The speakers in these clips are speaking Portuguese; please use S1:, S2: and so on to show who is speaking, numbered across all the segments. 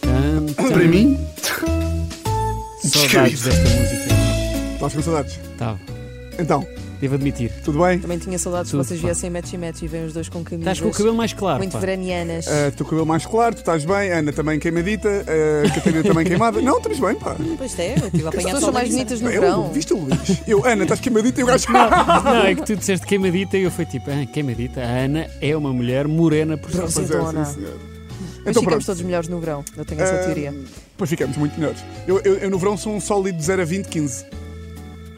S1: Para mim,
S2: Saudades desta música.
S1: estás com saudades.
S2: Estava.
S1: Então,
S2: Devo admitir.
S1: tudo bem?
S3: Também tinha saudades que
S2: Tudo,
S3: vocês
S2: pá.
S3: viessem match e match e vêm os dois com camisas
S2: Estás com o cabelo mais claro.
S3: muito
S2: pá.
S3: veranianas.
S1: Ah, teu cabelo mais claro, tu estás bem, Ana também queimadita, ah, Catarina também queimada. Não, estamos bem, pá.
S3: Pois é, eu tive
S1: As
S3: a apanhar
S1: pessoas
S3: só
S1: são
S3: mais
S1: mais
S3: bonitas no
S1: Eu,
S3: verão.
S1: viste o Luís? Eu, Ana, estás queimadita e o gajo.
S2: Não, é que tu disseste queimadita e eu fui tipo, ah, queimadita. A Ana é uma mulher morena por
S3: Pronto.
S2: si.
S1: Pois
S3: Sintona.
S1: é, sim, senhor.
S3: Mas
S1: Então
S3: ficamos
S1: pronto,
S3: todos melhores no verão, eu tenho essa
S1: Ah,
S3: teoria.
S1: Pois ficamos muito melhores. Eu, eu- eu no verão sou um sólido 0 a 20, 15.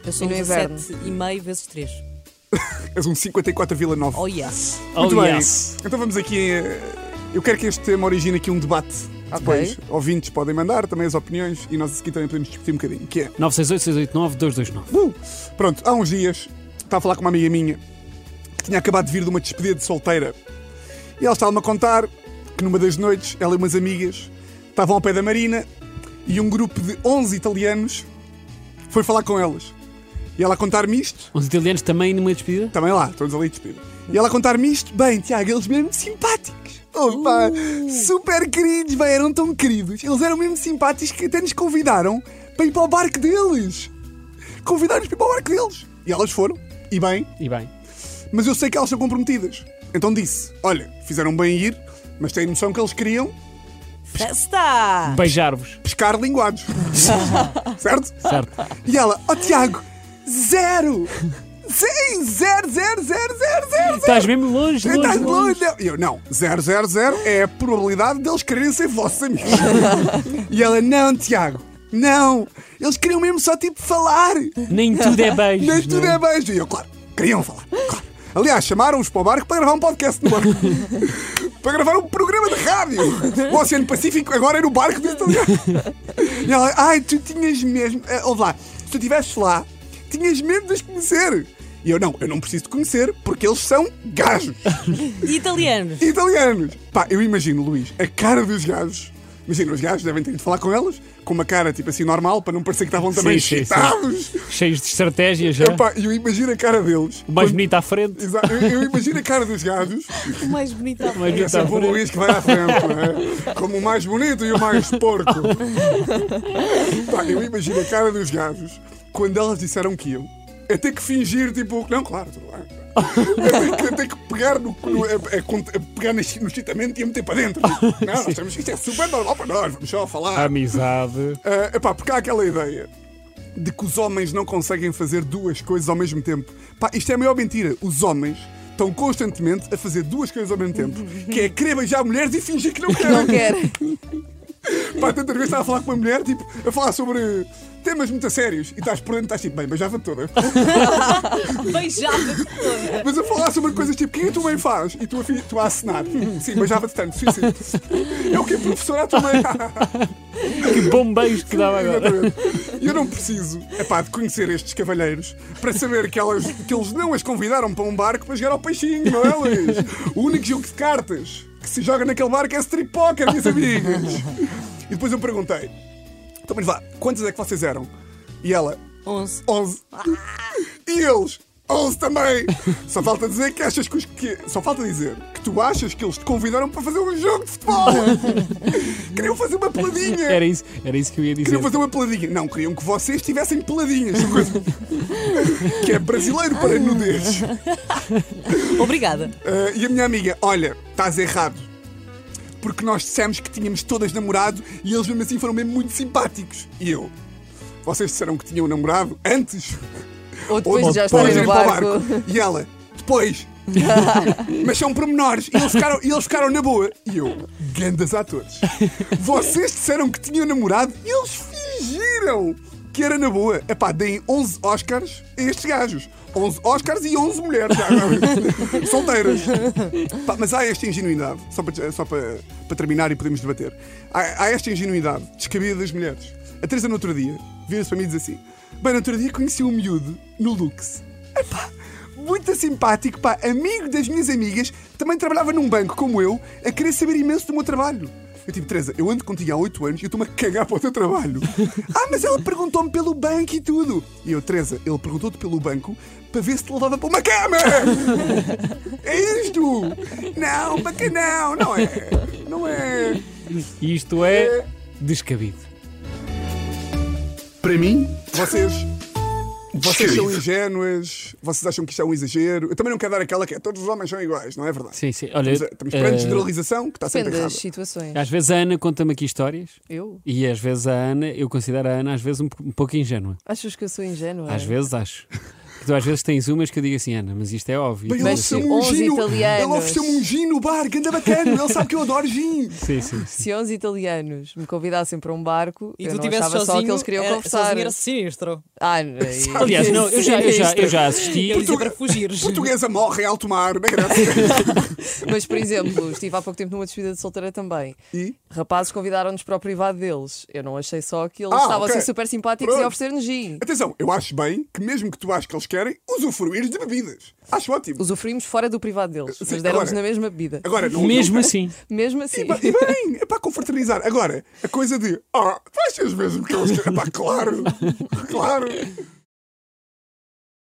S4: Eu sou
S3: E no inverno?
S4: 17,5 vezes 3.
S1: És um 54,9.
S4: Oh yes.
S2: Oh,
S1: Muito bem.
S2: yes.
S1: Então vamos aqui. eh, Eu quero que este tema origine aqui um debate. Depois, ouvintes podem mandar também as opiniões e nós aqui também podemos discutir um bocadinho. Que é.
S2: 968-689-229.
S1: Uh, pronto, há uns dias estava a falar com uma amiga minha que tinha acabado de vir de uma despedida de solteira e ela estava-me a contar que numa das noites ela e umas amigas estavam ao pé da marina e um grupo de 11 italianos foi falar com elas. E ela a contar-me isto
S2: Os italianos também numa despedida?
S1: também lá, todos ali despidos. E ela a contar-me isto, bem, Tiago, eles mesmo simpáticos. Opa, super queridos, bem, eram tão queridos. Eles eram mesmo simpáticos que até nos convidaram para ir para o barco deles. Convidaram-nos para ir para o barco deles. E elas foram, e bem,
S2: E bem.
S1: mas eu sei que elas são comprometidas. Então disse, olha, fizeram bem em ir, mas têm noção que eles queriam
S4: Festa!
S2: Beijar-vos.
S1: pescar linguados. certo?
S2: Certo.
S1: E ela, ó Tiago, zero! Sim, zero, zero, zero, zero, zero,
S2: Estás mesmo longe,
S1: Quem tá
S2: longe,
S1: de
S2: longe.
S1: longe, não. E eu, não, 000 é a probabilidade deles quererem ser vossos amigos. e ela, não, Tiago, não. Eles queriam mesmo só, tipo, falar.
S2: Nem tudo é beijo.
S1: Nem tudo é beijo. E eu, claro, queriam falar, claro. Aliás, chamaram-os para o barco para gravar um podcast no barco. para gravar um programa de rádio. O Oceano Pacífico agora é no barco desse italiano. E ela, ai, tu tinhas mesmo... eh, Ouve lá, se tu estivesses lá, tinhas mesmo de os conhecer. E eu, não, eu não preciso de conhecer, porque eles são gajos
S4: E italianos?
S1: italianos. Pá, eu imagino, Luís, a cara dos gajos. Imagina, os gajos devem ter de falar com elas com uma cara tipo assim normal para não parecer que estavam também
S2: Sim, sim, sim.
S1: excitados.
S2: Cheios de estratégia já.
S1: Epá, eu imagino a cara deles.
S2: O mais bonito à frente.
S1: Exa- Eu, eu imagino a cara dos gajos.
S4: O mais bonito à
S2: O mais
S4: frente.
S2: bonito
S1: É
S2: à
S1: sempre o
S2: frente.
S1: Luís que vai à frente, não é? Como o mais bonito e o mais porco. Pá, eu imagino a cara dos gajos quando elas disseram que iam. É ter que fingir, tipo, não, claro, tudo bem. É ter que, é ter que pegar, no, no, é, é con- é pegar no, chi- no chitamento e a meter para dentro. Tipo, não, nós temos, isto é super normal para nós, vamos só falar.
S2: Amizade.
S1: Ah, epá, porque há aquela ideia de que os homens não conseguem fazer duas coisas ao mesmo tempo. Pá, isto é a maior mentira. Os homens estão constantemente a fazer duas coisas ao mesmo tempo, que é querer beijar mulheres e fingir que não querem.
S3: Não quero.
S1: Pá, tantas vezes estás a falar com uma mulher, tipo, a falar sobre temas muito a sérios, e estás por dentro, estás tipo, bem, beijava-te toda.
S4: Beijava-te toda.
S1: Mas a falar sobre coisas tipo, quem a tua mãe faz? E tu a, fi- tu a assinar. Hum, Sim, beijava-te tanto, sim, sim. Eu que a professora a tua mãe.
S2: Que bom beijo que dava agora.
S1: Exatamente. E eu não preciso epá, de conhecer estes cavalheiros para saber que, elas, que eles não as convidaram para um barco para jogar ao peixinho, não é, Luís? O único jogo de cartas que se joga naquele barco é strip poker, meus amigos. E depois eu perguntei: então, mas vá, quantas é que vocês eram? E ela:
S4: 11.
S1: 11. E eles? 11 também! Só falta dizer que achas que os que. Só falta dizer que tu achas que eles te convidaram para fazer um jogo de futebol! Queriam fazer uma peladinha!
S2: Era isso, era isso que eu ia dizer.
S1: Queriam fazer uma peladinha. Não, queriam que vocês estivessem peladinhas. Uma coisa que é brasileiro para nudez.
S4: Obrigada.
S1: Ah, e a minha amiga, olha, estás errado. Porque nós dissemos que tínhamos todas namorado e eles mesmo assim foram mesmo muito simpáticos. E eu, vocês disseram que tinham namorado antes?
S3: Ou depois
S1: Ou
S3: de já
S1: depois de
S3: estarem no
S1: ir para o
S3: barco.
S1: E ela, depois. Mas são pormenores. E eles ficaram, e eles ficaram na boa. E eu, grandes atores. Vocês disseram que tinham namorado e eles fingiram que era na boa. Epá, deem 11 Oscars a estes gajos. 11 Oscars e 11 mulheres. já agora. Solteiras. Pá, mas há esta ingenuidade, só para, só para, para terminar e podemos debater. Há, há esta ingenuidade descabida das mulheres. A Teresa, no outro dia, vira-se para mim e diz assim: Bem, no outro dia conheci um miúdo no Lux. Epá, muito simpático, pá, amigo das minhas amigas, também trabalhava num banco como eu, a querer saber imenso do meu trabalho. Eu tipo, Teresa, eu ando contigo há 8 anos e eu estou-me a cagar para o teu trabalho. ah, mas ela perguntou-me pelo banco e tudo. E eu, Teresa, ele perguntou-te pelo banco para ver se te levava para uma cama. é isto. Não, para que não? Não é. Não é.
S2: Isto é. descabido.
S5: Para mim,
S1: Vocês. Vocês são
S5: Querido.
S1: ingênuas, vocês acham que isto é um exagero. Eu também não quero dar aquela que é todos os homens são iguais, não é verdade?
S2: Sim, sim. Olha,
S1: Estamos, estamos perante
S2: eh,
S1: generalização que está sempre
S3: Depende
S1: errada.
S3: das situações.
S2: às vezes a Ana conta-me aqui histórias
S3: Eu?
S2: e às vezes a Ana, eu considero a Ana às vezes um, po- um pouco ingênua.
S3: Achas que eu sou ingênua?
S2: Às vezes acho. Que tu às vezes tens umas que eu digo assim, Ana, mas isto é óbvio.
S1: Bem, ele
S2: Sim,
S1: ofereceu-me
S3: Mas
S1: um
S3: onze
S1: gin. no- Ele
S3: italianos.
S1: ofereceu-me um gin no bar, que anda bacana. Ele sabe que eu adoro gin.
S2: sim, sim. sim.
S3: Se 11 italianos me convidassem para um barco,
S4: E
S3: eu
S4: tu
S3: não
S4: tivesse
S3: achava só
S4: sozinho,
S3: que eles queriam
S4: era,
S3: conversar.
S4: Sozinho era sinistro.
S3: Ah, não, e-
S2: Aliás, não, eu já, eu já, eu já assisti.
S4: Ele dizia para fugir.
S1: Portuguesa morre em alto mar, não é graça?
S3: Mas, por exemplo, estive há pouco tempo numa despedida de solteira também.
S1: E?
S3: Rapazes convidaram-nos para o privado deles. Eu não achei só que eles
S1: Ah,
S3: estavam
S1: ok.
S3: assim super simpáticos
S1: Pronto.
S3: e a oferecer-nos gin.
S1: Atenção, eu acho bem que mesmo que tu aches que eles querem, usufruir de bebidas. Acho ótimo.
S3: Usufruímos fora do privado deles,
S1: Sim,
S3: mas deram-nos
S1: agora-
S3: na mesma bebida.
S1: Agora, não,
S2: Mesmo
S1: não-
S2: assim,
S1: E
S3: Mesmo assim.
S1: ba- e bem, é para confraternizar. Agora, a coisa de, ah, tu achas mesmo que eles querem? Pá, claro, claro.